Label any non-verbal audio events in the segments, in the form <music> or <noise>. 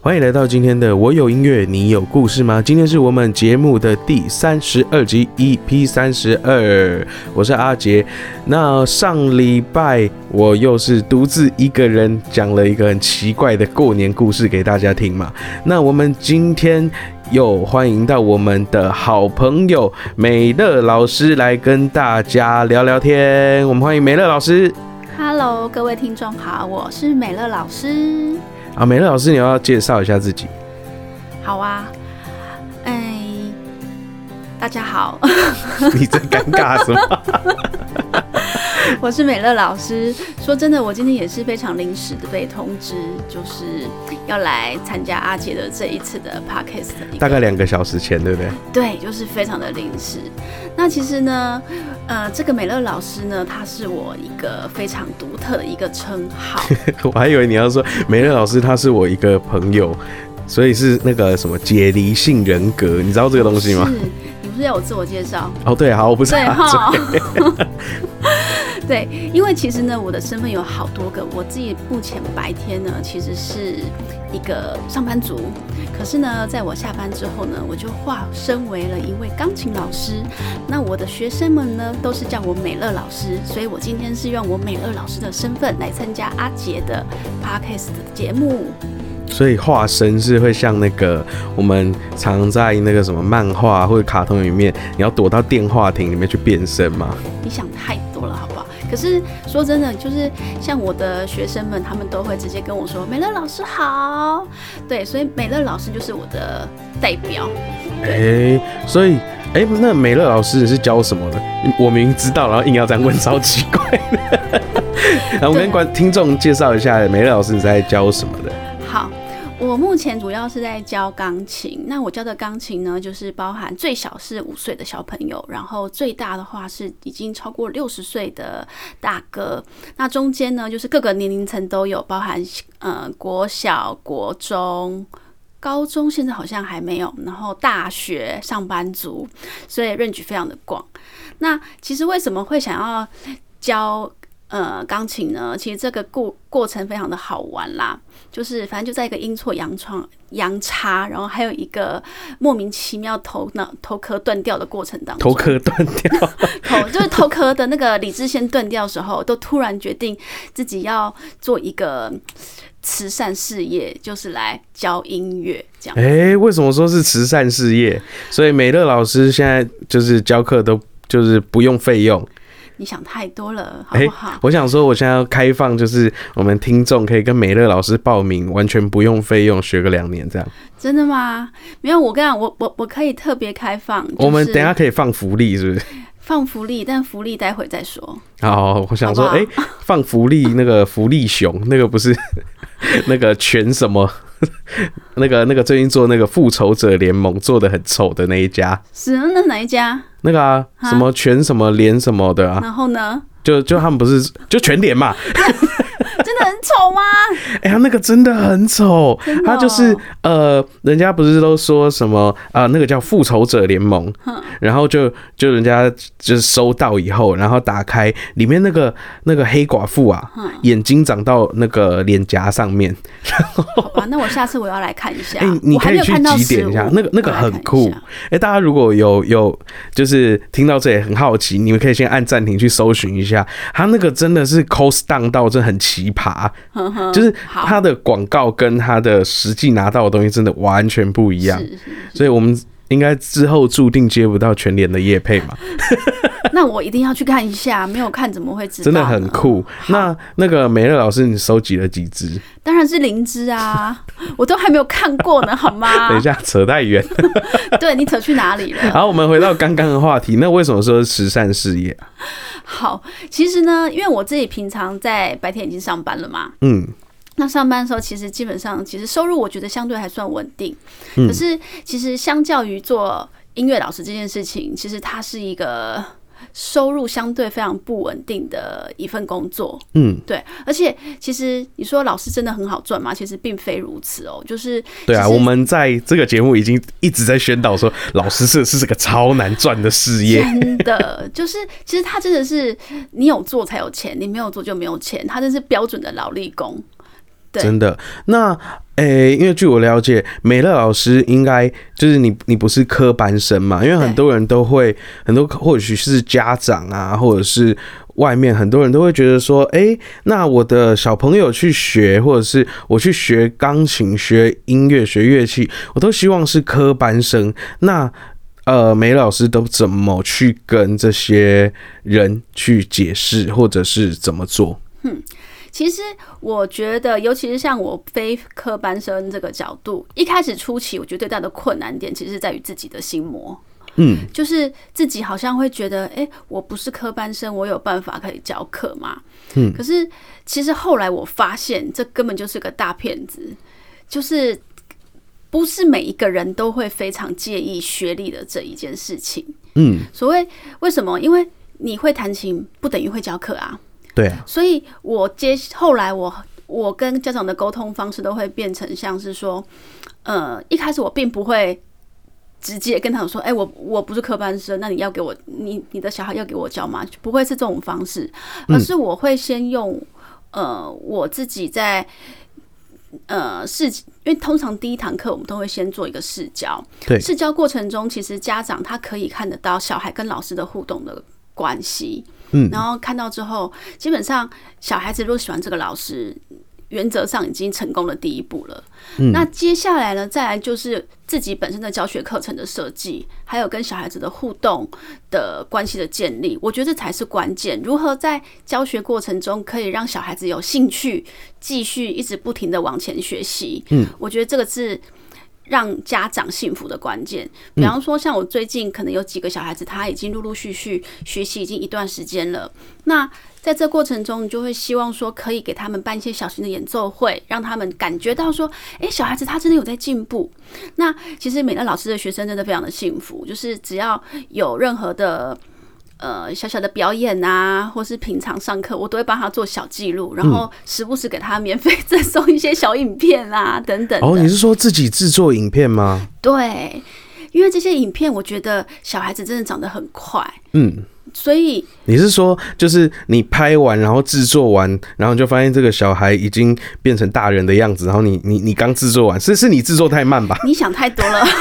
欢迎来到今天的《我有音乐，你有故事吗》？今天是我们节目的第三十二集，EP 三十二，我是阿杰。那上礼拜我又是独自一个人讲了一个很奇怪的过年故事给大家听嘛。那我们今天又欢迎到我们的好朋友美乐老师来跟大家聊聊天。我们欢迎美乐老师。 Hello，各位听众好，我是美乐老师。啊，美乐老师，你要介绍一下自己。 <laughs> 好啊，哎，大家好， <laughs> 你在尴尬什么？我是美乐老师。说真的，我今天也是非常临时的被通知，就是要来参加阿杰的这一次的 podcast 的一个大概两个小时前，对不对？对，就是非常的临时。那其实呢，呃，这个美乐老师呢，他是我一个非常独特的一个称号。我还以为你要说美乐老师他是我一个朋友，所以是那个什么解离性人格，你知道这个 <laughs> 东西吗是？，你不是要我自我介绍？哦，对，好，我不是对啊，哈。 <laughs> <laughs> 对，因为其实呢，我的身份有好多个。我自己目前白天呢，其实是一个上班族，可是呢，在我下班之后呢，我就化身为了一位钢琴老师。那我的学生们呢，都是叫我美乐老师，所以我今天是用我美乐老师的身份来参加阿杰的 podcast 的节目。所以化身是会像那个我们常在那个什么漫画或者卡通里面，你要躲到电话亭里面去变身嘛。你想太多了，好不好？可是说真的，就是像我的学生们，他们都会直接跟我说：“美乐老师好。”对，所以美乐老师就是我的代表。哎、所以哎、那美乐老师你是教什么的？我明知道，然后硬要这样问，超奇怪的。 <laughs> 然后我跟观听众介绍一下美乐老师你在教什么的。好，我目前主要是在教钢琴。那我教的钢琴呢，就是包含最小是五岁的小朋友，然后最大的话是已经超过六十岁的大哥。那中间呢，就是各个年龄层都有，包含呃国小、国中。高中现在好像还没有，然后大学上班族，所以 range 非常的广。那其实为什么会想要教呃钢琴呢？其实这个过过程非常的好玩啦，就是反正就在一个阴错阳差阳差，然后还有一个莫名其妙头脑头壳断掉的过程当中，头壳断掉，头 <laughs> 就是头壳的那个理智线断掉的时候，都突然决定自己要做一个慈善事业，就是来教音乐这样。哎、为什么说是慈善事业？所以美乐老师现在就是教课都就是不用费用。你想太多了，好哎、不好？我想说我现在要开放，就是我们听众可以跟美乐老师报名，完全不用费用，学个两年这样。真的吗？没有，我跟你讲，我我我可以特别开放，就是我们等一下可以放福利，是不 <laughs> 是？放福利，但福利待会再说。好，我想说，好哎、不放福利那个福利熊，那个不是 <laughs> 那个全什么？ <laughs> 那个那个最近做那个复仇者联盟做的很丑的那一家，是那哪一家？那个啊啊什么全什么连什么的啊，然后呢？就就他们不是就全脸嘛？真的很丑吗？哎、呀，那个真的很丑，真的哦他就是呃，人家不是都说什么啊、那个叫复仇者联盟，然后就就人家就是收到以后，然后打开里面那个那个黑寡妇啊，眼睛长到那个脸颊上面，好吧，那我下次我要来看 <laughs> 一下。哎你啊我还可以没有去看到集实点一下物那个那个我来看很一酷下哎、大家如果有有就是听到这里很好奇，你们可以先按暂停去搜寻一下，他那个真的是 cos 当到，真的很奇葩，呵呵就是好他的广告跟他的实际拿到的东西真的完全不一样，是是所以我们应该之后注定接不到全联的业配嘛，那我一定要去看一下，没有看怎么会 <laughs> 知道？真的很。酷。那那个美乐老师，你收集了几只？当然是灵芝啊， <laughs> 我都还没有看过呢，好 <laughs> 吗？等一，下扯太远。 <laughs> 对你扯去哪里了？好，我们回到刚刚的话题，那为什么说是慈善事业？好，其实呢，因为我自己平常在白天已经上班了嘛，嗯，那上班的时候，其实基本上其实收入我觉得相对还算稳定，嗯可是其实相较于做音乐老师这件事情，其实它是一个。收入相对非常不稳定的一份工作，嗯，对，而且其实你说老师真的很好赚吗？其实并非如此哦，就是对啊，其实我们在这个节目已经一直在宣导说，老师这是个超难赚的事业。真的，就是其实他真的是你有做才有钱，你没有做就没有钱，他真是标准的劳力工。对真的。那诶、因为据我了解，美乐老师应该就是你，你不是科班生嘛？因为很对多人都会，很多或许是家长啊，或者是外面很多人都会觉得说，诶、那我的小朋友去学，或者是我去学钢琴、学音乐、学乐器，我都希望是科班生。那呃，梅老师都怎么去跟这些人去解释，或者是怎么做？其实我觉得，尤其是像我非科班生这个角度，一开始初期，我觉得最大的困难点其实是在于自己的心魔，嗯，就是自己好像会觉得，哎、我不是科班生，我有办法可以教课吗？嗯可是其实后来我发现，这根本就是个大骗子，就是不是每一个人都会非常介意学历的这一件事情。嗯，所谓为什么？因为你会弹琴，不等于会教课啊。对啊，所以我接后来我我跟家长的沟通方式都会变成像是说，呃，一开始我并不会直接跟他们说，哎、我我不是科班生，那你要给我你你的小孩要给我教吗？就不会是这种方式，而是我会先用呃我自己在。呃，试，因为通常第一堂课我们都会先做一个试教，对试教过程中，其实家长他可以看得到小孩跟老师的互动的关系，嗯然后看到之后，基本上小孩子如果喜欢这个老师，原则上已经成功了第一步了。嗯那接下来呢，再来就是自己本身的教学课程的设计，还有跟小孩子的互动的关系的建立，我觉得这才是关键。如何在教学过程中可以让小孩子有兴趣，继续一直不停的往前学习？嗯，我觉得这个是。让家长幸福的关键，比方说像我最近可能有几个小孩子，他已经陆陆续续学习已经一段时间了。那在这过程中，你就会希望说可以给他们办一些小型的演奏会，让他们感觉到说，诶，小孩子他真的有在进步。那其实美乐老师的学生真的非常的幸福，就是只要有任何的。呃，小小的表演啊，或是平常上课，我都会帮他做小记录，然后时不时给他免费赠送一些小影片啊，等等的。哦，你是说自己制作影片吗？对，因为这些影片，我觉得小孩子真的长得很快，嗯，所以你是说就是你拍完，然后制作完，然后就发现这个小孩已经变成大人的样子，然后你你你刚制作完，是是你制作太慢吧？你想太多了。 <laughs>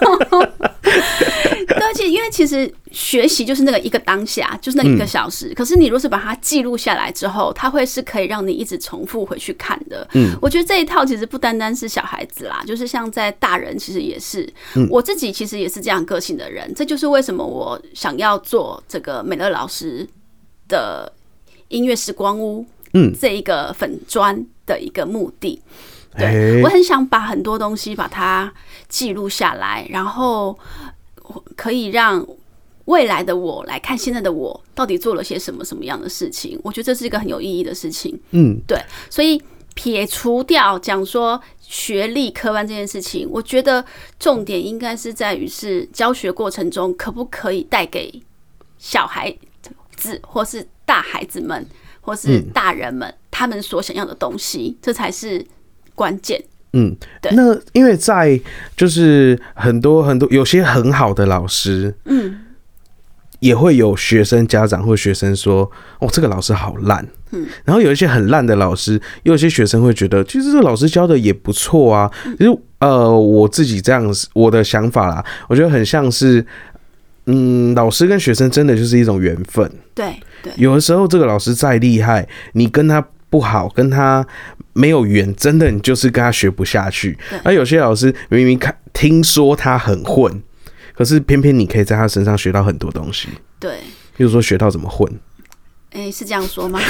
对，而且因为其实学习就是那个一个当下，就是那个一个小嗯时。可是你若是把它记录下来之后，它会是可以让你一直重复回去看的。嗯，我觉得这一套其实不单单是小孩子啦，就是像在大人其实也是。嗯我自己其实也是这样个性的人，这就是为什么我想要做这个美乐老师的音乐时光屋，嗯，这一个粉砖的一个目的。哎对，我很想把很多东西把它记录下来，然后呃可以让未来的我来看现在的我到底做了些什么什么样的事情。我觉得这是一个很有意义的事情。嗯，对，所以撇除掉讲说学历科班这件事情，我觉得重点应该是在于是教学过程中可不可以带给小孩子或是大孩子们或是大人们、他们所想要的东西，这才是关键。嗯，对那因为在就是很多很多有些很好的老师，嗯，也会有学生家长或学生说：“哦，这个老师好烂。”嗯，然后有一些很烂的老师，也有些学生会觉得，其实这个老师教的也不错啊。嗯其实，呃，我自己这样子，我的想法啦，我觉得很像是，嗯，老师跟学生真的就是一种缘分。对对，有的时候，这个老师再厉害，你跟他不好，跟他没有缘，真的你就是跟他学不下去对。而有些老师明明看听说他很混，可是偏偏你可以在他身上学到很多东西。对。比如说学到怎么混，哎、是这样说吗？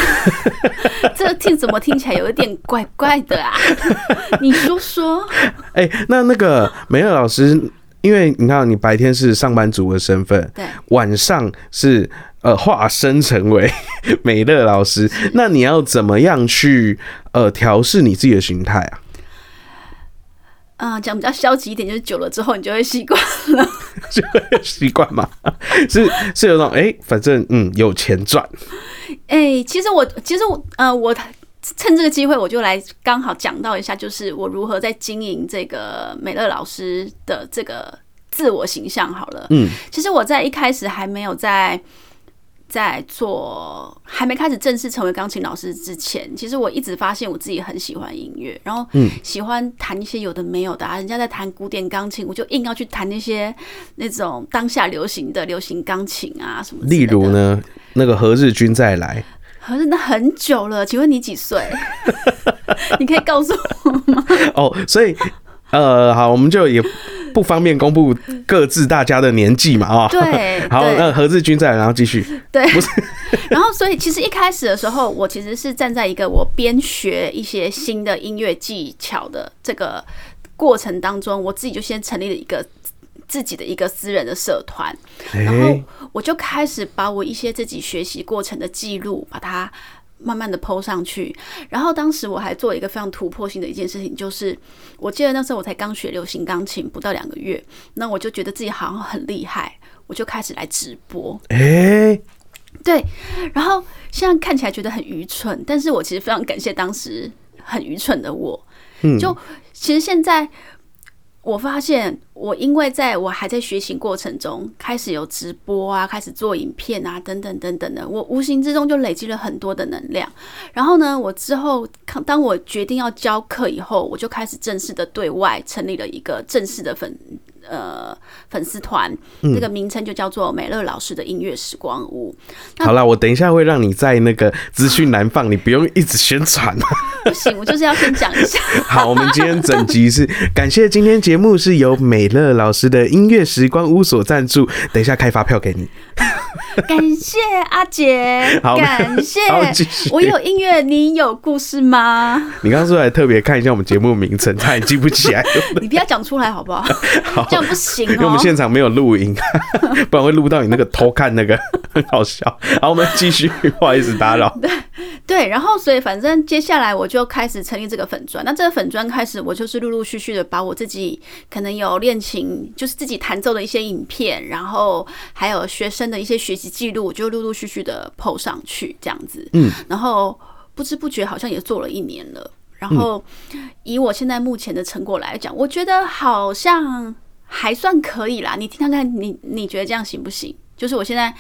<laughs> 这听怎么听起来有一点怪怪的啊？你说说，哎、那那个美乐老师，因为你看你白天是上班族的身份，对，晚上是呃化身成为 <laughs> 美乐老师，那你要怎么样去呃调试你自己的心态啊？嗯、讲比较消极一点，就是久了之后你就会习惯了。就会 <laughs> 习惯吗？是是有种哎、反正嗯有钱赚，哎、其实我，其实我，呃，我趁这个机会，我就来刚好讲到一下，就是我如何在经营这个美乐老师的这个自我形象好了。嗯其实我在一开始还没有在在做还没开始正式成为钢琴老师之前，其实我一直发现我自己很喜欢音乐，然后嗯喜欢弹一些有的没有的啊。人家在弹古典钢琴，我就硬要去弹那些那种当下流行的流行钢琴啊什么。例如？呢，那个何日君再来，可是那很久了，请问你几岁？ <laughs> 你可以告诉我哦，所以呃，好，我们就也不方便公布各自大家的年纪嘛，啊、<laughs> 对好，对那何志军再来，然后继续。对，不是 <laughs> 然后，所以其实一开始的时候，我其实是站在一个我边学一些新的音乐技巧的这个过程当中，我自己就先成立了一个自己的一个私人的社团，哎、然后我就开始把我一些自己学习过程的记录，把它慢慢的 PO 上去。然后当时我还做了一个非常突破性的一件事情，就是我记得那时候我才刚学流行钢琴不到两个月，那我就觉得自己好像很厉害，我就开始来直播。哎、对，然后现在看起来觉得很愚蠢，但是我其实非常感谢当时很愚蠢的我。嗯就其实现在我发现，我因为在我还在学习过程中，开始有直播啊，开始做影片啊，等等等等的，我无形之中就累积了很多的能量。然后呢，我之后看，当我决定要教课以后，我就开始正式的对外成立了一个正式的粉呃粉丝团，这个名称就叫做美乐老师的音乐时光屋。那好啦，我等一下会让你在那个资讯栏放，你不用一直宣传。 <laughs> 不行，我就是要先讲一下。好，我们今天整集是感谢今天节目是由美乐老师的音乐时光屋所赞助，等一下开发票给你。感谢阿杰， <laughs> 好感谢。好，继续。我有音乐，你有故事吗？你刚刚说来特别看一下我们节目名称，差点记不起 <laughs> 来，你不要讲出来 <laughs> 好不好？这样不行因为我哦们。现场没有录音， <laughs> 不然会录到你那个偷看那个，很好笑。好，我们继续，不好意思打扰。对，然后所以反正接下来我就开始成立这个粉砖。那这个粉砖开始，我就是陆陆续续的把我自己可能有练琴，就是自己弹奏的一些影片，然后还有学生的一些学习记录，我就陆陆续续的 PO 上去这样子。嗯，然后不知不觉好像也做了一年了。然后以我现在目前的成果来讲，我觉得好像还算可以啦。你听看看你，你觉得这样行不行？就是我现在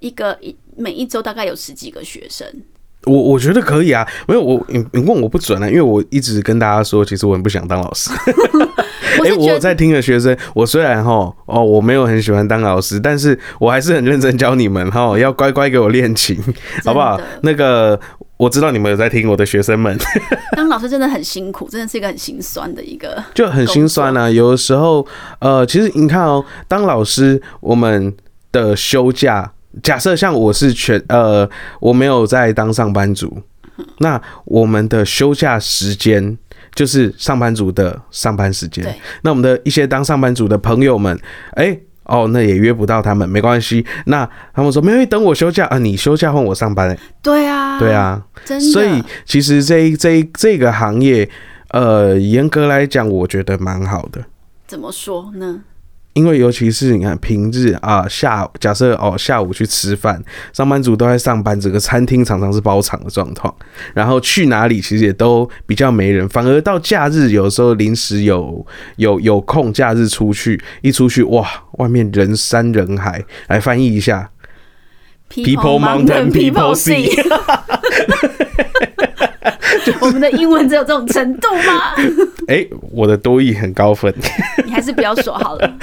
一个一每一周大概有十几个学生。我我觉得可以啊，没有我你你问我不准啊，因为我一直跟大家说，其实我很不想当老师。 <laughs> 我哎、是我觉有得，在听的学生，我虽然哈哦我没有很喜欢当老师，但是我还是很认真教你们哈，要乖乖给我练琴，好不好真的？那个我知道你们有在听我的学生们，当老师真的很辛苦，真的是一个很心酸的一个。就很心酸啊。有的时候，呃，其实你看哦，当老师，我们的休假，假设像我是全呃，我没有在当上班族，那我们的休假时间就是上班族的上班时间对。那我们的一些当上班族的朋友们，哎、哦，那也约不到他们，没关系。那他们说没有，等我休假啊，你休假换我上班、对 <laughs> 啊，对，啊，真的。所以其实这一这一这个行业，呃，严格来讲，我觉得蛮好的。怎么说呢？因为尤其是你看平日啊，下午假设哦下午去吃饭，上班族都在上班，整个餐厅常常是包场的状况。然后去哪里其实也都比较没人，反而到假日有时候临时有有有空，假日出去一出去哇，外面人山人海。来翻译一下，People mountain, people sea <laughs> sea 我们的英文只有这种程度吗？ <laughs> 哎、我的多译很高分，你还是不要说好了。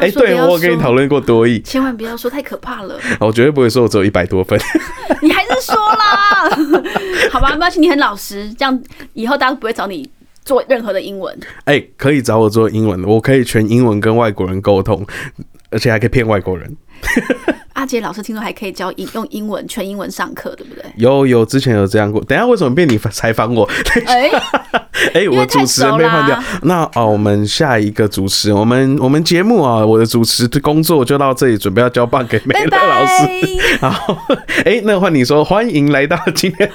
哎、对我有跟你讨论，论过多译，千万不要说，太可怕了。我绝对不会说我只有一百多分。 <laughs> 你还是说啦， <laughs> 好吧，没关系，你很老实，这样以后大家都不会找你做任何的英文。哎、可以找我做英文，我可以全英文跟外国人沟通，而且还可以骗外国人。？阿杰老师听说还可以教英用英文全英文上课，对不对 <laughs> 有有，之前有这样过。等一下为什么变你采访我？ <laughs> 哎、哎、为我主持人被换掉太。那哦，我们下一个主持，我们我们节目啊、我的主持工作就到这里，准备要交棒给美拜乐老师。拜，好， <laughs> 哎、那换你说，欢迎来到今天。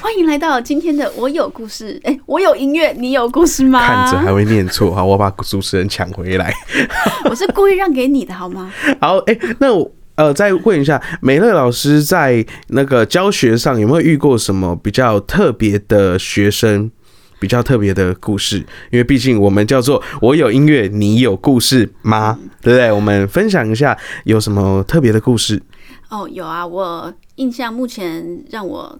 欢迎来到今天的我有故事。哎、我有音乐，你有故事吗？看着还会念错，好，我把主持人抢回来。我是故意让给你的好吗？好，哎、那我呃，再问一下，美乐老师在那个教学上有没有遇过什么比较特别的学生？比较特别的故事，因为毕竟我们叫做“我有音乐，你有故事吗”，对不对？我们分享一下有什么特别的故事。哦，有啊，我印象目前让我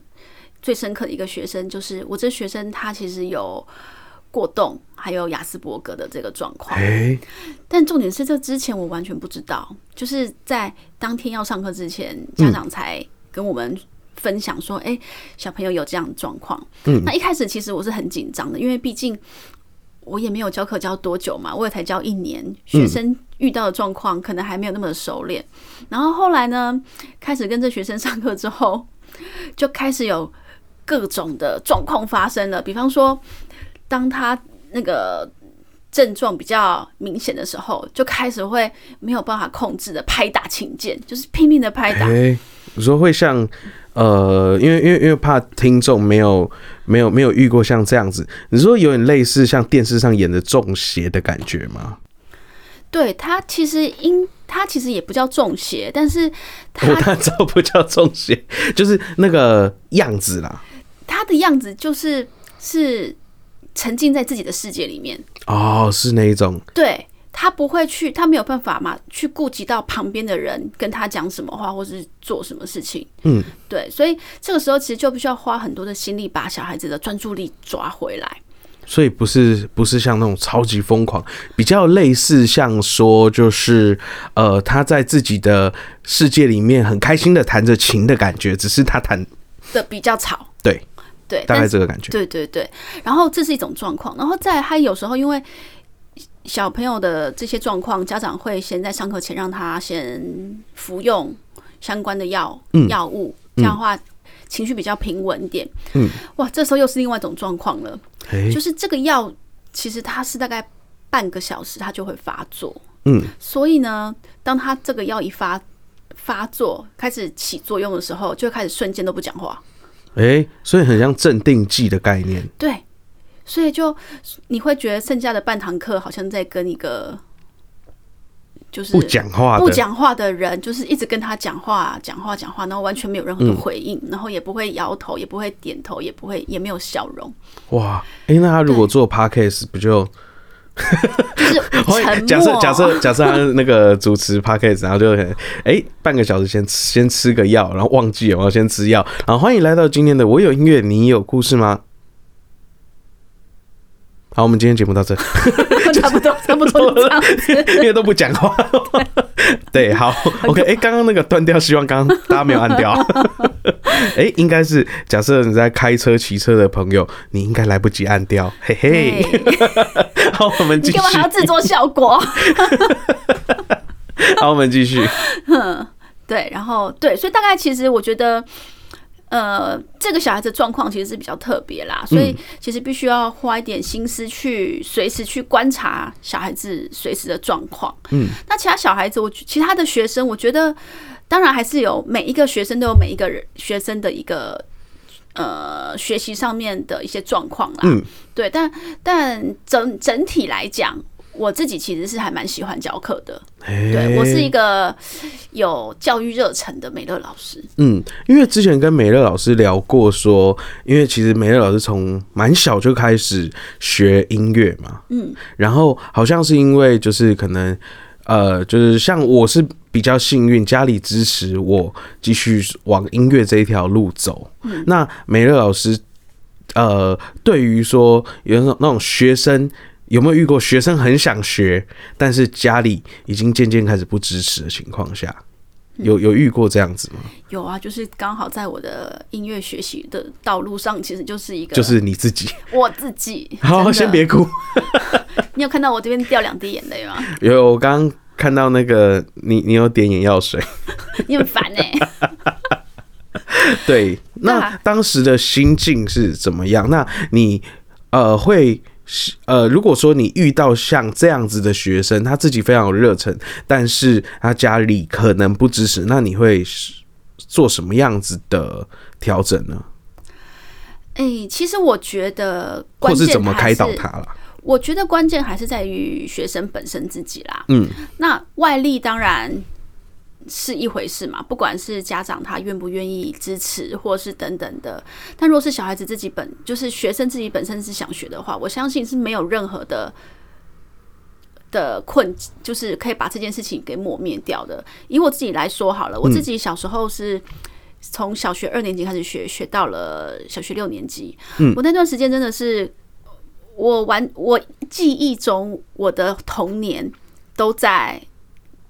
最深刻的一个学生，就是我这学生他其实有过动，还有雅斯伯格的这个状况。哎，但重点是，这之前我完全不知道，就是在当天要上课之前，家长才跟我们分享说，哎、小朋友有这样的状况。嗯那一开始其实我是很紧张的，因为毕竟我也没有教课教多久嘛，我也才教一年，学生遇到的状况可能还没有那么的熟练。然后后来呢，开始跟这学生上课之后，就开始有各种的状况发生了，比方说，当他那个症状比较明显的时候，就开始会没有办法控制的拍打琴键，就是拼命的拍打。哎，我说会像，呃，因为因为因为怕听众没有没有没有遇过像这样子，你说有点类似像电视上演的中邪的感觉吗？对他其实因他其实也不叫中邪，但是 <laughs> 我他那招不叫中邪，就是那个样子啦。他的样子就是是沉浸在自己的世界里面，哦，是那一种，对他不会去，他没有办法嘛，去顾及到旁边的人跟他讲什么话，或是做什么事情。嗯，对，所以这个时候其实就必须要花很多的心力，把小孩子的专注力抓回来。所以不是不是像那种超级疯狂，比较类似像说就是呃他在自己的世界里面很开心的弹着琴的感觉，只是他弹的比较吵。对对，大但概是这个感觉。对对对，然后这是一种状况，然后再来他有时候因为小朋友的这些状况，家长会先在上课前让他先服用相关的药、嗯药物，这样的话。情绪比较平稳一点，嗯，哇，这时候又是另外一种状况了，哎、就是这个药其实它是大概半个小时它就会发作，嗯，所以呢，当他这个药一发发作开始起作用的时候，就会开始瞬间都不讲话，哎、所以很像镇定剂的概念。对，所以就你会觉得剩下的半堂课好像在跟一个就是不讲话的，不讲话的人，就是一直跟他讲话、讲话、讲话，然后完全没有任嗯何的回应，然后也不会摇头，也不会点头，也不会也没有笑容，哇！哎、那他如果做 podcast 不就？ <laughs> 就是沉默。假设假设假设他那个主持 podcast，然后就很哎、半个小时先吃先吃个药，然后忘记有没有先吃药，然后欢迎来到今天的我有音乐，你有故事吗？好，我们今天节目到这， <laughs> <laughs> 差不多差不多就这样子。因为都不讲话。 <laughs> 对，好，OK，哎、 <laughs> 刚刚那个断掉，希望刚刚大家没有按掉。 <laughs> 哎、应该是假设你在开车、骑车的朋友，你应该来不及按掉，嘿 <laughs> 嘿。对 <laughs> 好，我们继你续干。嘛还要制作效果？好，我们继续。对，然后对，所以大概其实我觉得，呃，这个小孩子状况其实是比较特别啦，所嗯以其实必须要花一点心思去随时去观察小孩子随时的状况。嗯，那其他小孩子，我觉其他的学生，我觉得当然还是有每一个学生都有每一个人学生的一个。呃，学习上面的一些状况啦，嗯，对，但但整整体来讲，我自己其实是还蛮喜欢教课的，对哎我是一个有教育热忱的美乐老师。嗯，因为之前跟美乐老师聊过说，因为其实美乐老师从蛮小就开始学音乐嘛，嗯，然后好像是因为就是可能呃，就是像我是比较幸运，家里支持我继续往音乐这一条路走。那美乐老师呃，对于说有那种那种学生。有没有遇过学生很想学，但是家里已经渐渐开始不支持的情况下，有有遇过这样子吗？有啊，就是刚好在我的音乐学习的道路上，其实就是一个就是你自 <laughs> 己。我自己。<laughs> 真好，的先别哭。你有看到我这边掉两滴眼泪吗？有，我刚刚看到那个你，你有点眼药水。你很烦哎、 <laughs> 对，那那当时的心境是怎么样？那你呃会呃，如果说你遇到像这样子的学生，他自己非常有热忱，但是他家里可能不支持，那你会做什么样子的调整呢？哎、其实我觉得关 <laughs> 或键是怎么还开是导他啦？我觉得关键还是在于学生本身自己啦。嗯，那外力当然是一回事嘛，不管是家长他愿不愿意支持，或是等等的。但如果是小孩子自己本，就是学生自己本身是想学的话，我相信是没有任何的的困，就是可以把这件事情给抹灭掉的。以我自己来说嗯好了，我自己小时候是从小学二年级开始学，学到了小学六年级。嗯，我那段时间真的是，我完我记忆中我的童年都在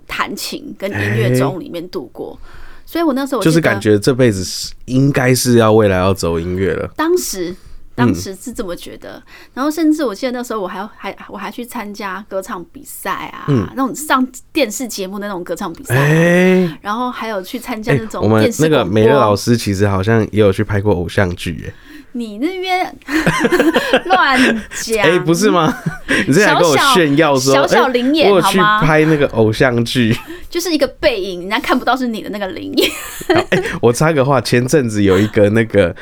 弹琴跟音乐中里面度过，所以我那时候我就是记得感觉这辈子是应该是要未来要走音乐了。当嗯时当时是这么觉得，然后甚至我记得那时候我还还我还去参加歌唱比赛啊，那种上电视节目的那种歌唱比赛啊、嗯哎、然后还有去参加哎、那种我们电视那个广播美乐老师其实好像也有去拍过偶像剧，你那 <laughs> 边乱讲，哎、哎，不 <laughs> 是吗？ <laughs> 你之前还小跟我小炫耀说，小小哎灵我眼有好去吗？ <laughs> 拍那个偶像剧。就是一个背影，人家看不到是你的那个灵眼。我插个话，前阵子有一个那个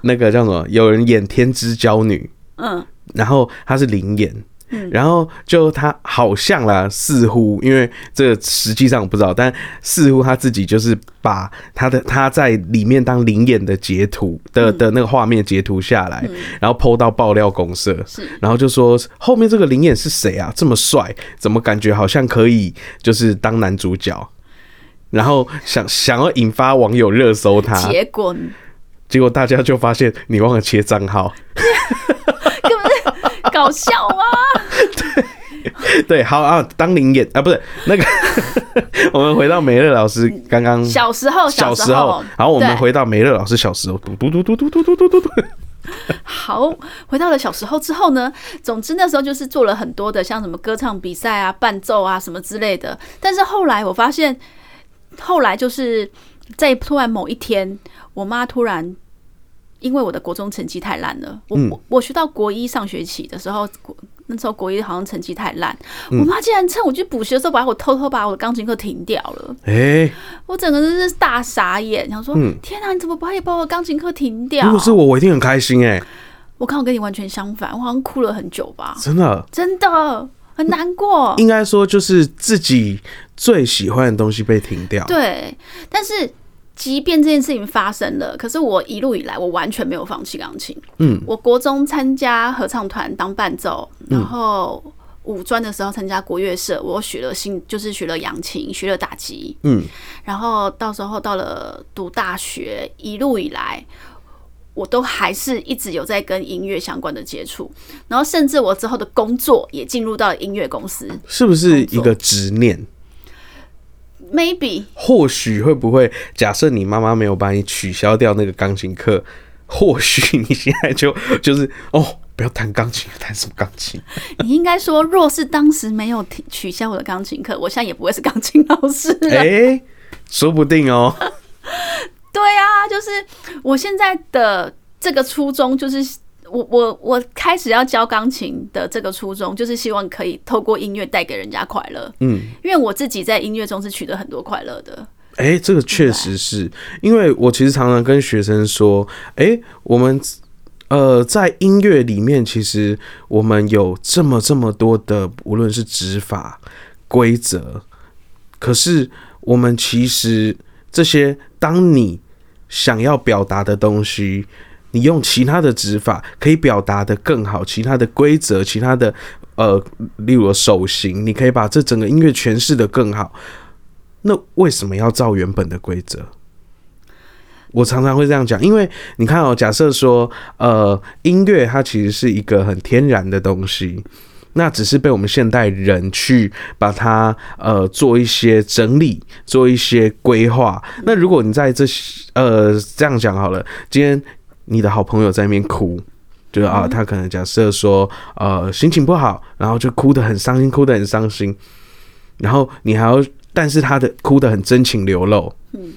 那个叫什么，有人演《天之娇女》，嗯，然后她是灵演。然后就她好像啦，似乎因为这个实际上我不知道，但似乎她自己就是把她的她在里面当灵演的截图的嗯的那个画面截图下来，然后 PO 到爆料公社，是然后就说后面这个灵演是谁啊？这么帅，怎么感觉好像可以就是当男主角？然后想想要引发网友热搜他，结果结果大家就发现你忘了切账号。根本是搞笑啊！对，好啊，当灵演啊，不是那个，我们回到梅乐老师刚刚小时候，小时时候，然后我们对回到梅乐老师小时候，嘟嘟嘟嘟嘟嘟嘟嘟嘟嘟，好，回到了小时候之后呢，总之那时候就是做了很多的像什么歌唱比赛啊、伴奏啊什么之类的。但是后来我发现，后来就是在突然某一天，我妈突然因为我的国中成绩太烂了，我、嗯我我学到国一上学期的时候，国那时候国一好像成绩太烂，嗯我妈竟然趁我去补习的时候，把我偷偷把我的钢琴课停掉了。哎，我整个真是大傻眼，想说、天啊哪，你怎么把也把我的钢琴课停嗯掉？啊如果是我，我一定很开心哎，我看我跟你完全相反，我好像哭了很久吧，真的，真的很难过。应该说就是自己最喜欢的东西被停掉，对，但是即便这件事情发生了，可是我一路以来我完全没有放弃钢琴。嗯，我国中参加合唱团当伴奏，然后五专的时候参加国乐社，我学了新就是学了扬琴，学了打击，嗯，然后到时候到了读大学，一路以来。我都还是一直有在跟音乐相关的接触，然后甚至我之后的工作也进入到了音乐公司是不是一个执念？ ，maybe 或许会不会，假设你妈妈没有把你取消掉那个钢琴课，或许你现在就就是哦，不要弹钢琴，弹什么钢琴？你应该说，若是当时没有提取消我的钢琴课，我现在也不会是钢琴老师 <laughs> <laughs> 了。哎、说不定哦。对啊，就是我现在的这个初衷，就是我我我开始要教钢琴的这个初衷，就是希望可以透过音乐带给人家快乐。嗯，因为我自己在音乐中是取得很多快乐的。哎、这个确实是因为我其实常常跟学生说，哎、我们呃在音乐里面，其实我们有这么这么多的，无论是指法、规则，可是我们其实这些，当你想要表达的东西。你用其他的指法可以表达的更好，其他的规则，其他的呃，例如手型，你可以把这整个音乐诠释的更好。那为什么要照原本的规则？我常常会这样讲，因为你看哦、假设说，呃，音乐它其实是一个很天然的东西，那只是被我们现代人去把它呃做一些整理，做一些规划。那如果你在这些呃这样讲好了，今天你的好朋友在那边哭。就是啊，他可能假设说，呃，心情不好，然后就哭得很伤心，哭得很伤心，然后你还要，但是他的哭得很真情流露，嗯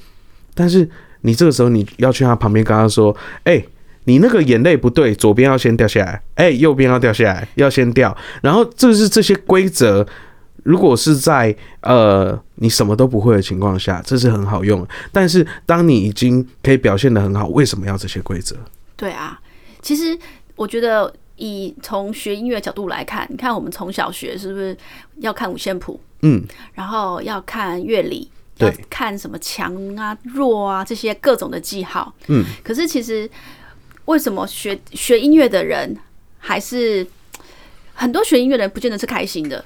但是你这个时候你要去他旁边跟他说，哎、你那个眼泪不对，左边要先掉下来，哎、右边要掉下来，要先掉，然后这是这些规则。如果是在呃你什么都不会的情况下，这是很好用的。但是当你已经可以表现的很好，为什么要这些规则？对啊，其实我觉得以从学音乐角度来看，你看我们从小学是不是要看五线谱，嗯，然后要看乐理，对要看什么强啊、弱啊这些各种的记号。嗯，可是其实为什么学学音乐的人还是很多学音乐的人不见得是开心的，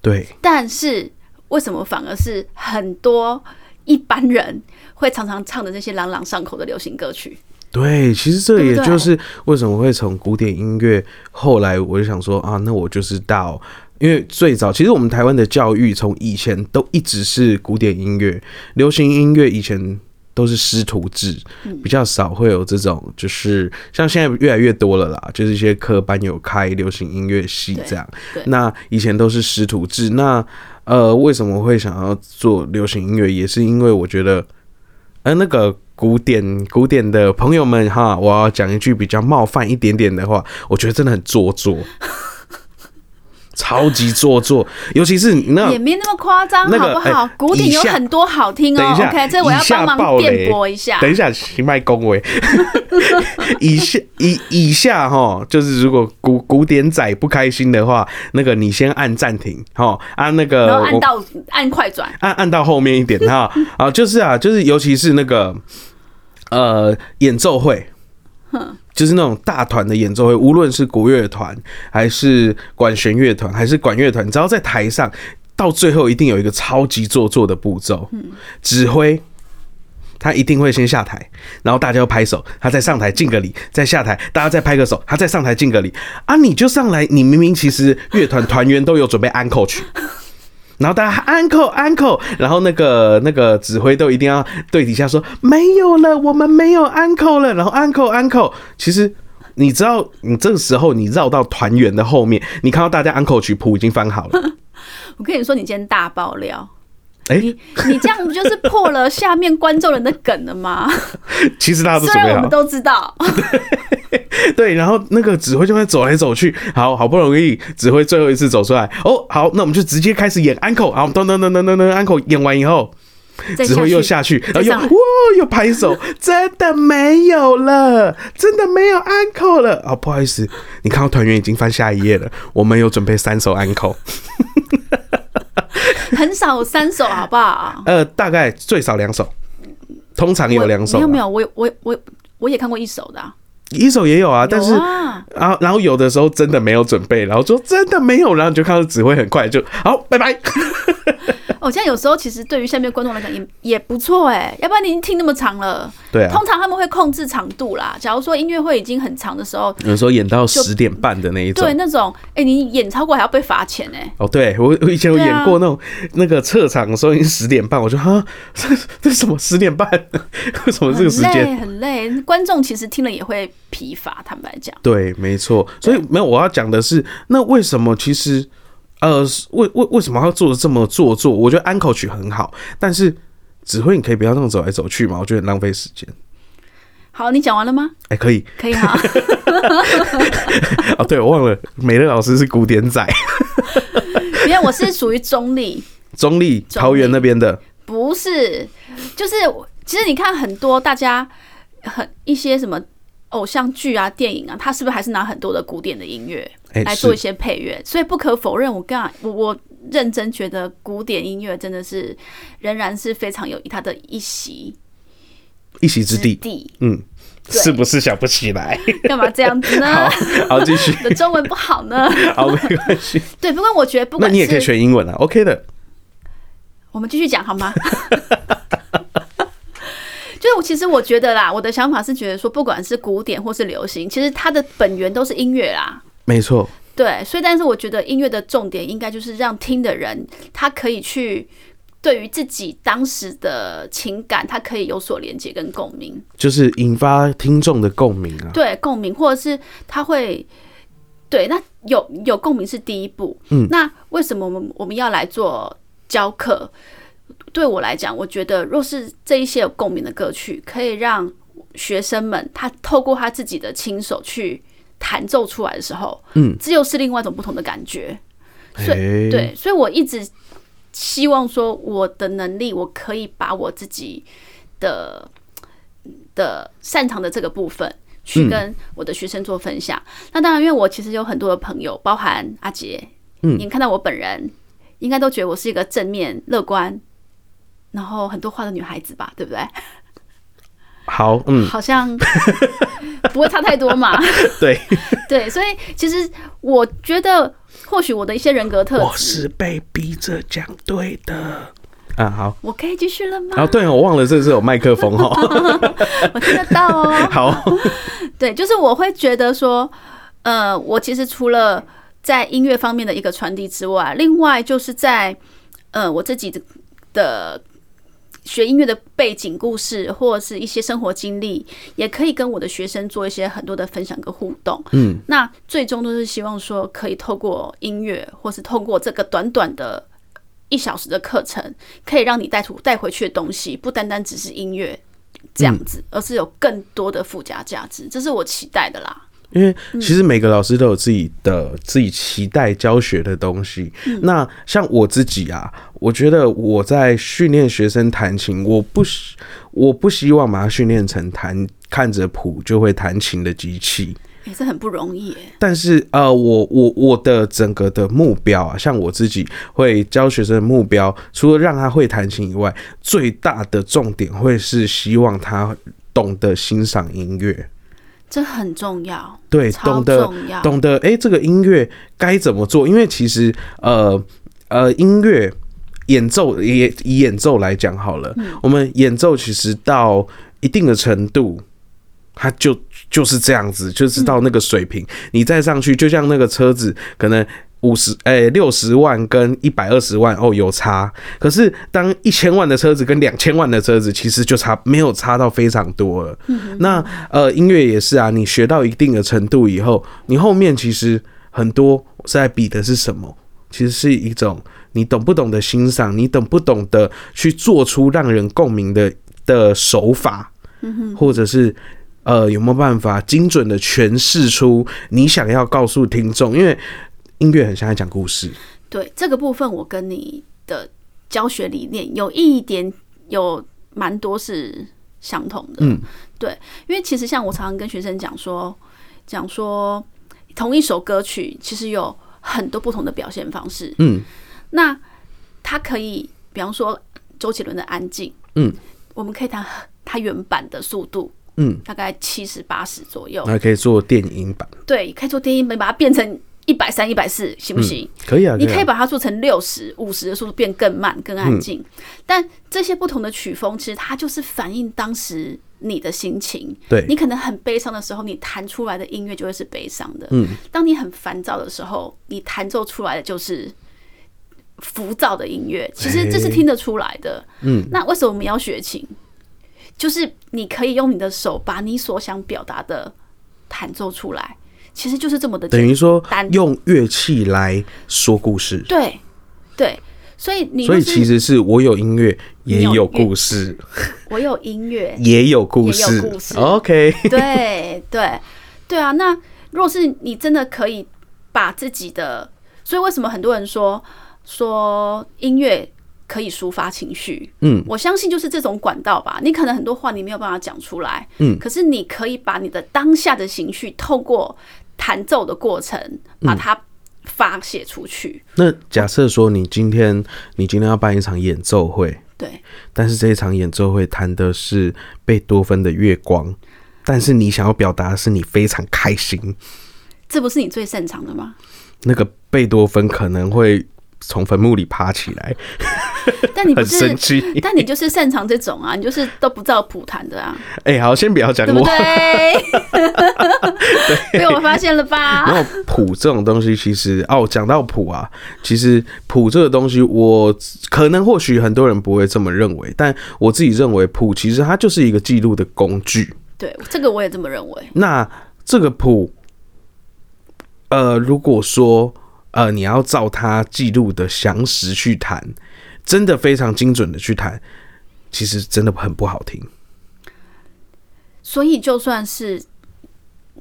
对，但是为什么反而是很多一般人会常常唱的这些朗朗上口的流行歌曲？对，其实这对不也对就是为什么会从古典音乐，后来我就想说啊，那我就是到，因为最早其实我们台湾的教育从以前都一直是古典音乐，流行音乐以前。都是师徒制，嗯比较少会有这种，就是像现在越来越多了啦，就是一些科班有开流行音乐系对这样对。那以前都是师徒制，那呃，为什么会想要做流行音乐，也是因为我觉得呃，那个古典古典的朋友们哈，我要讲一句比较冒犯一点点的话，我觉得真的很做作，超级做作，尤其是你那也没那么夸张，那个好不好？哎古典有以下很多好听哦、等一下 o k 这我要以下帮忙爆雷辩驳一下。等一下，请卖恭维。 <laughs> 以下以以下哈，就是如果古古典仔不开心的话，那个你先按暂停哈，按、啊、那个然后按我到按快转，按啊按到后面一点哈啊，就是啊，就是尤其是那个呃演奏会，就是那种大团的演奏会，无论是国乐团还是管弦乐团还是管乐团，只要在台上，到最后一定有一个超级做作的步骤，指挥。他一定会先下台，然后大家要拍手，他再上台敬个礼，再下台，大家再拍个手，他再上台敬个礼啊！你就上来，你明明其实乐团团员都有准备安扣曲，然后大家 uncle uncle，然后那个那个指挥都一定要对底下说没有了，我们没有 uncle 了，然后 uncle uncle，其实。你知道，你这个时候你绕到团员的后面，你看到大家 uncle 曲谱已经翻好 <laughs> 了，我跟你说，你今天大爆料。哎你你这样不就是破了下面观众人的梗了吗？其实大家都虽准备然啊我好们。都 <laughs> 知道，对，然后那个指挥就会走来走去，好好不容易指挥最后一次走出来，哦，好，那我们就直接开始演 uncle，好，噔噔噔噔噔噔 uncle 演完以后，再指下挥去又下去，然后又上来哇又拍手，真的没有了，真的没有 uncle 了啊、不好意思，你看到团员已经翻下一页了，我们有准备三首 uncle，很少有三首，好不好？呃，大概最少两首，通常有两首没啊，有没有，我我我我也看过一首的啊、一首也有啊，但是有啊啊，然后有的时候真的没有准备，然后说真的没有，然后你就看到指挥很快就好，拜 <laughs> 拜。哦，这样有时候其实对于下面观众来讲也也不错哎，要不然你听那么长了，对啊，通常他们会控制长度啦。假如说音乐会已经很长的时候，有时候演到十点半的那一种对。那种哎、你演超过还要被罚钱哎，哦，对我我以前有对啊演过那种、那个撤场的时候已经十点半，我就哈这这什么十点半？ <laughs> 为什么这个时很间？累很累，观众其实听了也会疲乏，坦白讲。对，没错。所以没有我要讲的是，那为什么其实呃为为为什么要做的这么做作？我觉得安口曲很好，但是指挥你可以不要那么走来走去嘛，我觉得很浪费时间。好，你讲完了吗？哎、可以可以哈。 <laughs> 哦，对我忘了，美乐老师是古典仔，因为我是属于中立，中立桃园那边的，不是，就是其实你看很多大家很一些什么偶像剧啊、电影啊，他是不是还是拿很多的古典的音乐哎、来做一是些配乐？所以不可否认，我跟你讲我我认真觉得古典音乐真的是仍然是非常有它的一席一席之地，地。嗯，对啊是不是想不起来？干嘛这样子呢 <laughs> 好？好，继 <laughs> 续。的中文不好呢？ <laughs> 好，没关系。对，不过我觉得不那管你也可以是学英文啊，OK 的。我们继续讲好吗？ <laughs> 就是我其实我觉得啦，我的想法是觉得说，不管是古典或是流行，其实它的本源都是音乐啦。没错，对，所以但是我觉得音乐的重点应该就是让听的人他可以去对于自己当时的情感，他可以有所连接跟共鸣，就是引发听众的共鸣啊。对共鸣，或者是他会对那有有共鸣是第一步。嗯那为什么我们我们要来做教课？对我来讲，我觉得若是这一些有共鸣的歌曲，可以让学生们他透过他自己的亲手去弹奏出来的时候，嗯，这又是另外一种不同的感觉。所以，对，所以我一直希望说，我的能力，我可以把我自己的的擅长的这个部分。去嗯跟我的学生做分享。那当然，因为我其实有很多的朋友，包含阿杰，嗯你看到我本人，应该都觉得我是一个正面、乐观，然后很多话的女孩子吧，对不对？好，嗯，好像不会差太多嘛。 <laughs> 对， <laughs> 对，所以其实我觉得，或许我的一些人格特我质，是被逼着讲对的。啊，好，我可以继续了吗？然后对哦，我忘了这是有麦克风 <laughs> 哦。我听得到哦。 <laughs> 好，对，就是我会觉得说，呃，我其实除了在音乐方面的一个传递之外，另外就是在呃我自己的的学音乐的背景故事或者是一些生活经历，也可以跟我的学生做一些很多的分享跟互动。嗯，那最终都是希望说，可以透过音乐，或是透过这个短短的。一小时的课程可以让你带出带回去的东西，不单单只是音乐这样子，而是有更多的附加价值，这是我期待的啦。因为嗯其实每个老师都有自己的、自己期待教学的东西。嗯那像我自己啊，我觉得我在训练学生弹琴，我不希我不希望把它训练成弹看着谱就会弹琴的机器。也是很不容易耶，但是呃，我我我的整个的目标啊，像我自己会教学生的目标，除了让他会弹琴以外，最大的重点会是希望他懂得欣赏音乐，这很重要，对，超懂得重要。懂得诶，这个音乐该怎么做？因为其实呃呃，音乐演奏也以演奏来讲好了，嗯我们演奏其实到一定的程度，它就就是这样子，就是到那个水平，你再上去，就像那个车子可能。五十诶，六十万跟一百二十万哦有差，可是当一千万的车子跟两千万的车子其实就差没有差到非常多了。那呃，音乐也是啊，你学到一定的程度以后，你后面其实很多是在比的是什么？其实是一种你懂不懂得欣赏，你懂不懂得去做出让人共鸣的的手法，嗯或者是呃有没有办法精准的诠释出你想要告诉听众？因为音乐很像在讲故事，对这个部分，我跟你的教学理念有一点有蛮多是相同的。嗯，对，因为其实像我常常跟学生讲说，讲说同一首歌曲其实有很多不同的表现方式。嗯，那它可以，比方说周杰伦的《安静》，嗯，我们可以弹它原版的速度，嗯，大概七十八十左右，那可以做电影版，对，可以做电音，把它变成一百三、一百四，行不行？可以啊，你可啊以把它做成六十五十的速度变更慢、更嗯安静。但这些不同的曲风，其实它就是反映当时你的心情。对啊你可能很悲伤的时候，你弹出来的音乐就会是悲伤的。嗯，当你很烦躁的时候，你弹奏出来的就是。浮躁的音乐，其实这是哎听得出来的。嗯，那为什么我们要学琴？就是你可以用你的手把你所想表达的弹奏出来，其实就是这么的简等于说单用乐器来说故事。对，对，所以你所以就是其实是我有音乐，也你有有音乐故事，我有音 <laughs> 乐，也有故也事有故。事 OK，对对对啊。那如果是你真的可以把自己的，所以为什么很多人说说音乐可以抒发情绪？嗯，我相信就是这种管道吧。你可能很多话你没有办法讲出来，嗯可是你可以把你的当下的情绪透过弹奏的过程嗯把它发泄出去。那假设说你今天你今天要办一场演奏会，对，但是这一场演奏会弹的是贝多芬的《月光》，但是你想要表达的是你非常开心，这不是你最擅长的吗？那个贝多芬可能会从坟墓里爬起来，但你不很是生气。 <laughs> 但你就是擅长这种啊，你就是都不照谱弹的啊，哎、好，先不要讲对不我。 <laughs> 对？被我发现了吧？然后谱这种东西，其实哦，讲到谱啊，其实谱这个东西，我可能或许很多人不会这么认为，但我自己认为谱其实它就是一个记录的工具。对，这个我也这么认为。那这个谱，呃，如果说呃你要照它记录的详实去弹，真的非常精准的去弹，其实真的很不好听。所以就算是，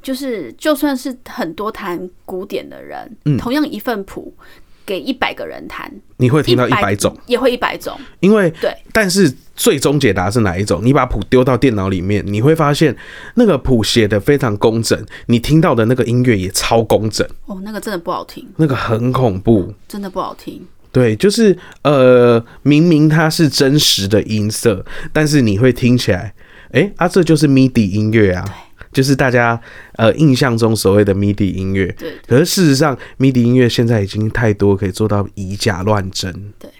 就是就算是很多弹古典的人，嗯同样一份谱给一百个人弹，你会听到一100百种，也会一百种。因为对，但是最终解答是哪一种？你把谱丢到电脑里面，你会发现那个谱写的非常工整，你听到的那个音乐也超工整，哦，那个真的不好听，那个很恐怖。真的不好听。对，就是呃，明明它是真实的音色，但是你会听起来哎、啊，这就是 MIDI 音乐啊对，就是大家呃印象中所谓的 MIDI 音乐。对可是事实上，MIDI 音乐现在已经太多，可以做到以假乱真。对，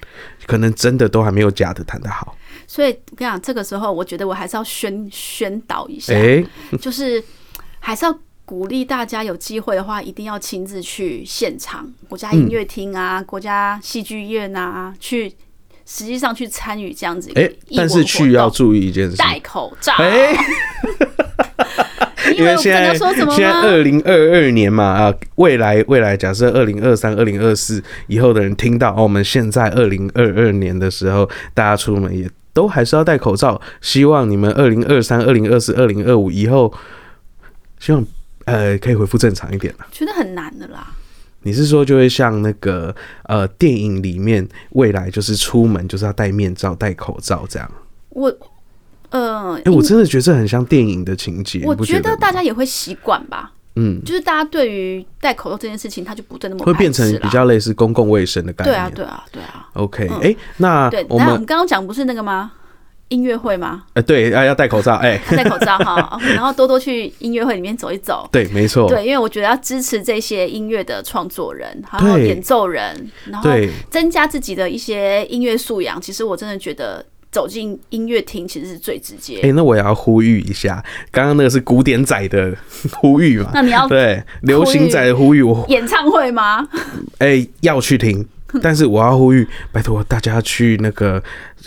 可能真的都还没有假的弹得好。所以我跟你讲，这个时候我觉得我还是要宣宣导一下，哎、就是还是要鼓励大家有机会的话，一定要亲自去现场，国家音乐厅啊、国家戏剧院啊，去实际上去参与这样子一个哎、艺文但活动。是去要注意一件事，戴口罩。 <laughs> 哎、你以为我不现跟在他说什么现在吗？二零二二年嘛啊，未来未来假设二零二三、二零二四以后的人听到、哦、我们现在二零二二年的时候，大家出门也都还是要戴口罩。希望你们二零二三、二零二四、二零二五以后，希望呃可以恢复正常一点啦。觉得很难的啦。你是说就会像那个呃电影里面，未来就是出门就是要戴面罩、戴口罩这样？我，呃，哎、我真的觉得这很像电影的情节，我你不觉得得吗大家也会习惯吧，嗯。就是大家对于戴口罩这件事情，他就不再那么会变排斥成啦比较类似公共卫生的概对念。啊，对啊，对啊， OK，哎、嗯那对。我那我们们刚刚讲不是那个吗？音乐会吗？呃，对，要要戴口罩，哎、戴口罩哈， <laughs> 然后多多去音乐会里面走一走。对，没错，对，因为我觉得要支持这些音乐的创作人，然后对演奏人，然后对增加自己的一些音乐素养。其实我真的觉得走进音乐厅其实是最直接。哎、那我也要呼吁一下，刚刚那个是古典仔的 <laughs> 呼吁嘛，那你要对，流行仔的呼吁，我演唱会吗？ <laughs> 哎、要去听。但是我要呼吁，拜托大家去那个，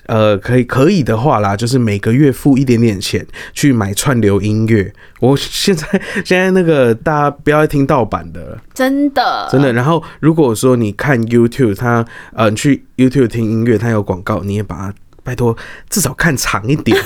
呃，可以可以的话啦，就是每个月付一点点钱去买串流音乐。我现在现在那个大家不要再听盗版的了，真的，真的。然后如果说你看 YouTube，它呃你去 YouTube 听音乐，它有广告，你也把它。拜托，至少看长一点，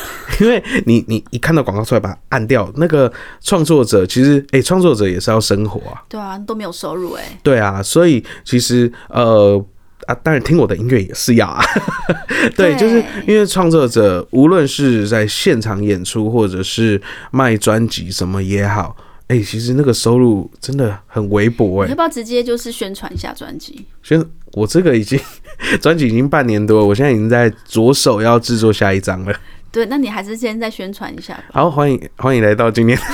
因为你你一看到广告出来，把它按掉。那个创作者其实，哎、创作者也是要生活啊，对啊，都没有收入哎、对啊，所以其实呃啊，当然听我的音乐也是要啊， <laughs> 对，对就是因为创作者无论是在现场演出，或者是卖专辑什么也好，哎、其实那个收入真的很微薄哎、你要不要直接就是宣传一下专辑？所以我这个已经 <laughs> 专辑已经半年多了，我现在已经在着手要制作下一张了。对，那你还是先再宣传一下吧。好，欢迎欢迎来到今天。 <laughs>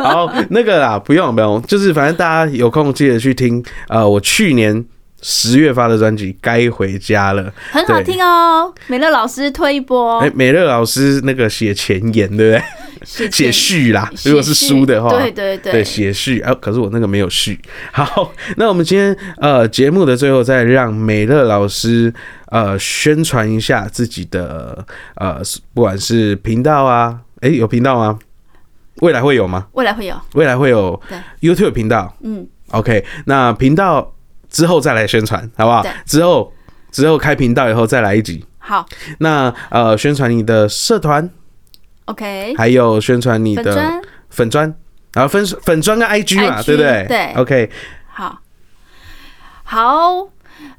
好，那个啦，不用不用，就是反正大家有空记得去听。呃，我去年十月发的专辑《该回家了》，很好听哦，美乐老师推一波哎、，美乐老师那个写前言，对不对？谢写谢序啦，谢如果是书的话，对对对对，写序啊，可是我那个没有序。 <laughs> 好，那我们今天呃节目的最后，再让美乐老师呃宣传一下自己的呃，不管是频道啊，诶，有频道吗？未来会有吗？未来会有，未来会有对 YouTube 频道嗯， ，OK，那频道之后再来宣传，好不好对？之后之后开频道以后再来一集。好那呃，宣传你的社团， ，OK，还有宣传你粉的砖粉砖，然后粉粉砖跟 IG 嘛， IG 对不对？对，OK，好，好，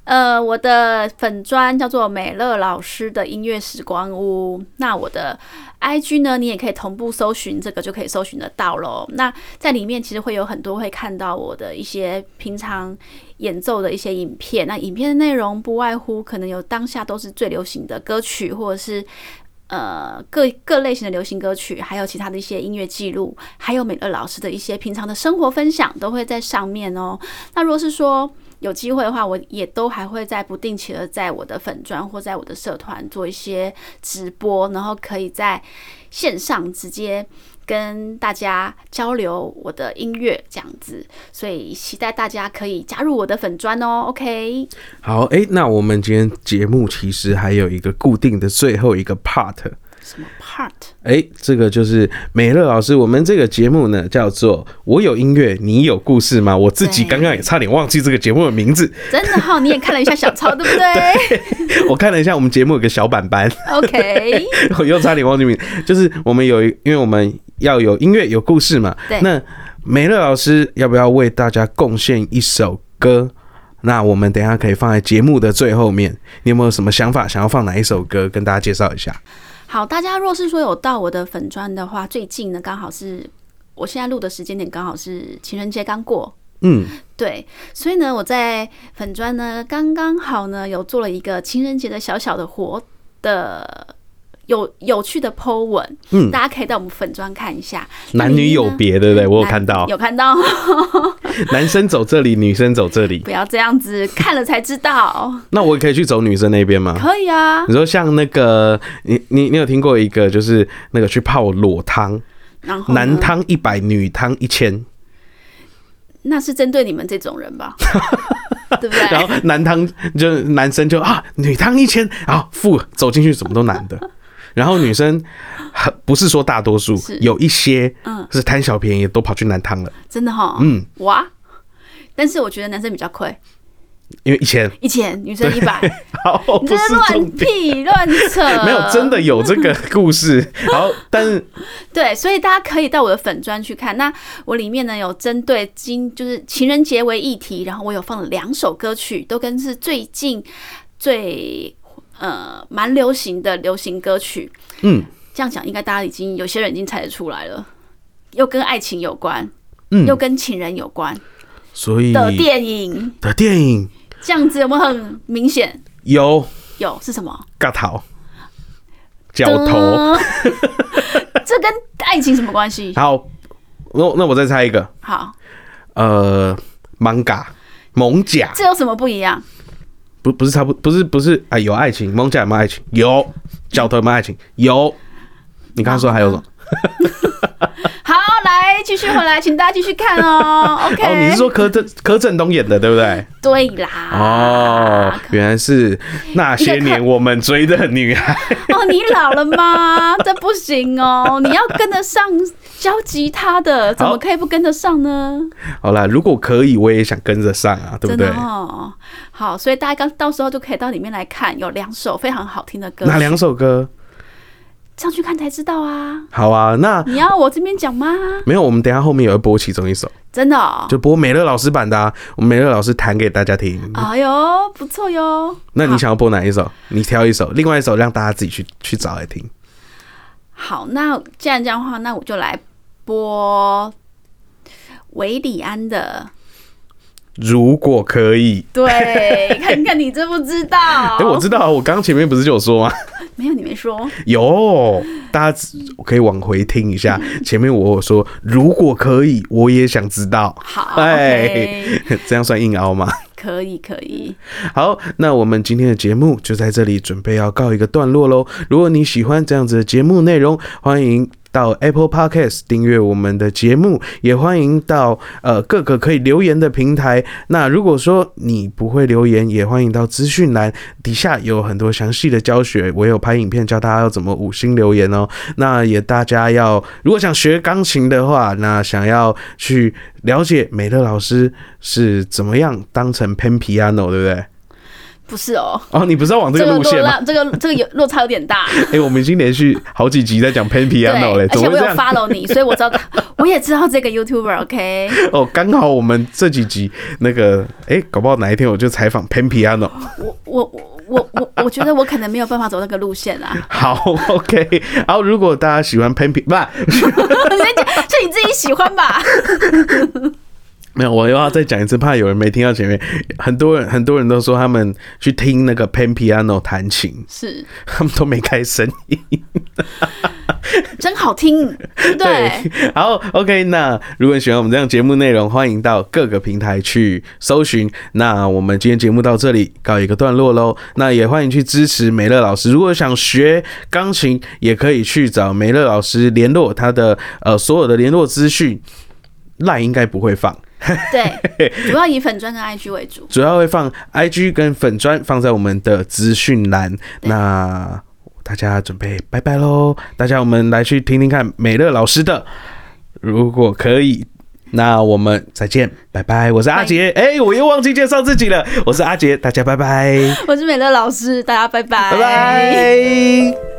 呃，我的粉砖叫做美乐老师的音乐时光屋。那我的 IG 呢，你也可以同步搜寻这个，就可以搜寻得到喽。那在里面其实会有很多会看到我的一些平常演奏的一些影片。那影片的内容不外乎可能有当下都是最流行的歌曲，或者是。呃，各各类型的流行歌曲，还有其他的一些音乐记录，还有美乐老师的一些平常的生活分享，都会在上面哦。那如果是说有机会的话，我也都还会在不定期的在我的粉砖或在我的社团做一些直播，然后可以在线上直接跟大家交流我的音乐这样子。所以期待大家可以加入我的粉砖哦。OK，好，哎、那我们今天节目其实还有一个固定的最后一个 part，什么 part？哎、这个就是美乐老师，我们这个节目呢叫做“我有音乐，你有故事”吗？我自己对刚刚也差点忘记这个节目的名字，真的哈、你也看了一下小抄，对不对我看了一下我们节目有个小板板， ？OK， <laughs> 我哦又差点忘记名，就是我们有一，因为我们要有音乐有故事嘛。对那美乐老师要不要为大家贡献一首歌？那我们等一下可以放在节目的最后面。你有没有什么想法，想要放哪一首歌，跟大家介绍一下？好，大家若是说有到我的粉砖的话，最近呢刚好是我现在录的时间点刚好是情人节刚过，嗯，对，所以呢，我在粉砖呢，刚刚好呢有做了一个情人节的小小的活的有有趣的 Po 文，嗯大家可以到我们粉砖看一下。男女有别，对不对？我有看到，嗯有看到，男生走这里，女生走这 <laughs> 里。不要这样子，看了才知道。那我也可以去走女生那边吗？可以啊，你说像那个，你你你有听过一个，就是那个去泡裸汤，然后呢男汤一百，女汤一千，那是针对你们这种 <laughs> 人吧，对不对？然后男汤就男生就啊，女汤一千，然后付走进去什么都男 <laughs> 的，然后女生很不是说大多数是，有一些嗯是贪小便宜都跑去男汤了，真的哈，嗯，哇！但是我觉得男生比较亏，因为一 <laughs> 千，一千女生一百，好 <laughs> 不你这是是重乱点。，屁啊乱扯没有，真的有这个故 <laughs> 事。然后，但是对，所以大家可以到我的粉专去看。那我里面呢有针对今就是情人节为议题，然后我有放了两首歌曲，都跟是最近最呃蛮流行的流行歌曲。嗯这样讲应该大家已经有些人已经猜得出来了，又跟爱情有关，又嗯，跟情人有关所以的电影，的电影这样子有没有很明显？有有是什么？尬头、脚头。噔， <laughs> 这跟爱情什么关系？好，那那我再猜一个，好，呃，manga 蒙甲，这有什么不一样？不不是差不不是不是啊，有爱情，蒙甲有没有爱情？有，脚头有没有爱情？有。你刚刚说还有什么？好，来继续回来，请大家继续看 <laughs> 哦。OK，、哦，你是说柯震柯震东演的对不对？对啦。哦，原来是那些年我们追的女孩。 <laughs> 哦，你老了吗？ <laughs> 这不行哦，你要跟得上教吉他的，怎么可以不跟得上呢？好啦，如果可以，我也想跟着上啊，对不真对的？哦。好，所以大家刚到时候就可以到里面来看，有两首非常好听的歌，哪两首歌？上去看才知道啊。好啊，那你要我这边讲吗？没有，我们等一下后面也会播其中一首，真的、哦。就播美乐老师版的、啊，我们美乐老师弹给大家听。哎呦，不错哟。那你好想要播哪一首？你挑一首，另外一首让大家自己去去找来听。好，那既然这样的话，那我就来播维里安的。如果可以， <laughs> 对，看看你知不知道？哎、我知道啊，我刚前面不是就有说吗？ <laughs> 没有，你没说。有，大家可以往回听一下，前面我有说如果可以，我也想知道。 <laughs> 好哎，OK，这样算硬凹吗？可以，可以。好，那我们今天的节目就在这里，准备要告一个段落喽。如果你喜欢这样子的节目内容，欢迎。到 Apple Podcast 订阅我们的节目，也欢迎到呃各个可以留言的平台。那如果说你不会留言，也欢迎到资讯栏底下有很多详细的教学，我有拍影片教大家要怎么五星留言哦。那也大家要如果想学钢琴的话，那想要去了解美乐老师是怎么样当成 Pan Piano，对不对？不是哦，哦，你不是要往这这个个路落线吗？差，这个这个有落差有点大。 <laughs> 哎、我们已经连续好几集在 <laughs> 讲 Pan 对， Piano 嘞，而怎么且我会有这样？ follow 你，所以我知道，我也知道这个 YouTuber。OK，哦，刚好我们这几集那个，哎、搞不好哪一天我就采访 Pan Piano。我我我我我我觉得我可能没有办法走那个路线啊。 <laughs> <laughs> 好，OK。然后如果大家喜欢 Pan P，不是，是你自己喜欢吧？没有，我又要再讲一次，怕有人没听到前面。很多人很多人都说他们去听那个 Pan Piano 弹琴，是，他们都没开声音。真好听，对不 <laughs> 对？好，OK，那如果你喜欢我们这样节目内容，欢迎到各个平台去搜寻。那我们今天节目到这里告一个段落喽。那也欢迎去支持美乐老师，如果想学钢琴，也可以去找美乐老师联络他的呃所有的联络资讯。赖应该不会放，对，主要以粉砖跟 IG 为主。主要会放 IG 跟粉砖放在我们的资讯栏。那大家准备拜拜喽！大家我们来去听听看美乐老师的，如果可以。那我们再见，拜拜！我是阿杰，哎、我又忘记介绍自己 <laughs> 了，我是阿杰，大家拜拜，我是美乐老师，大家拜拜，拜拜。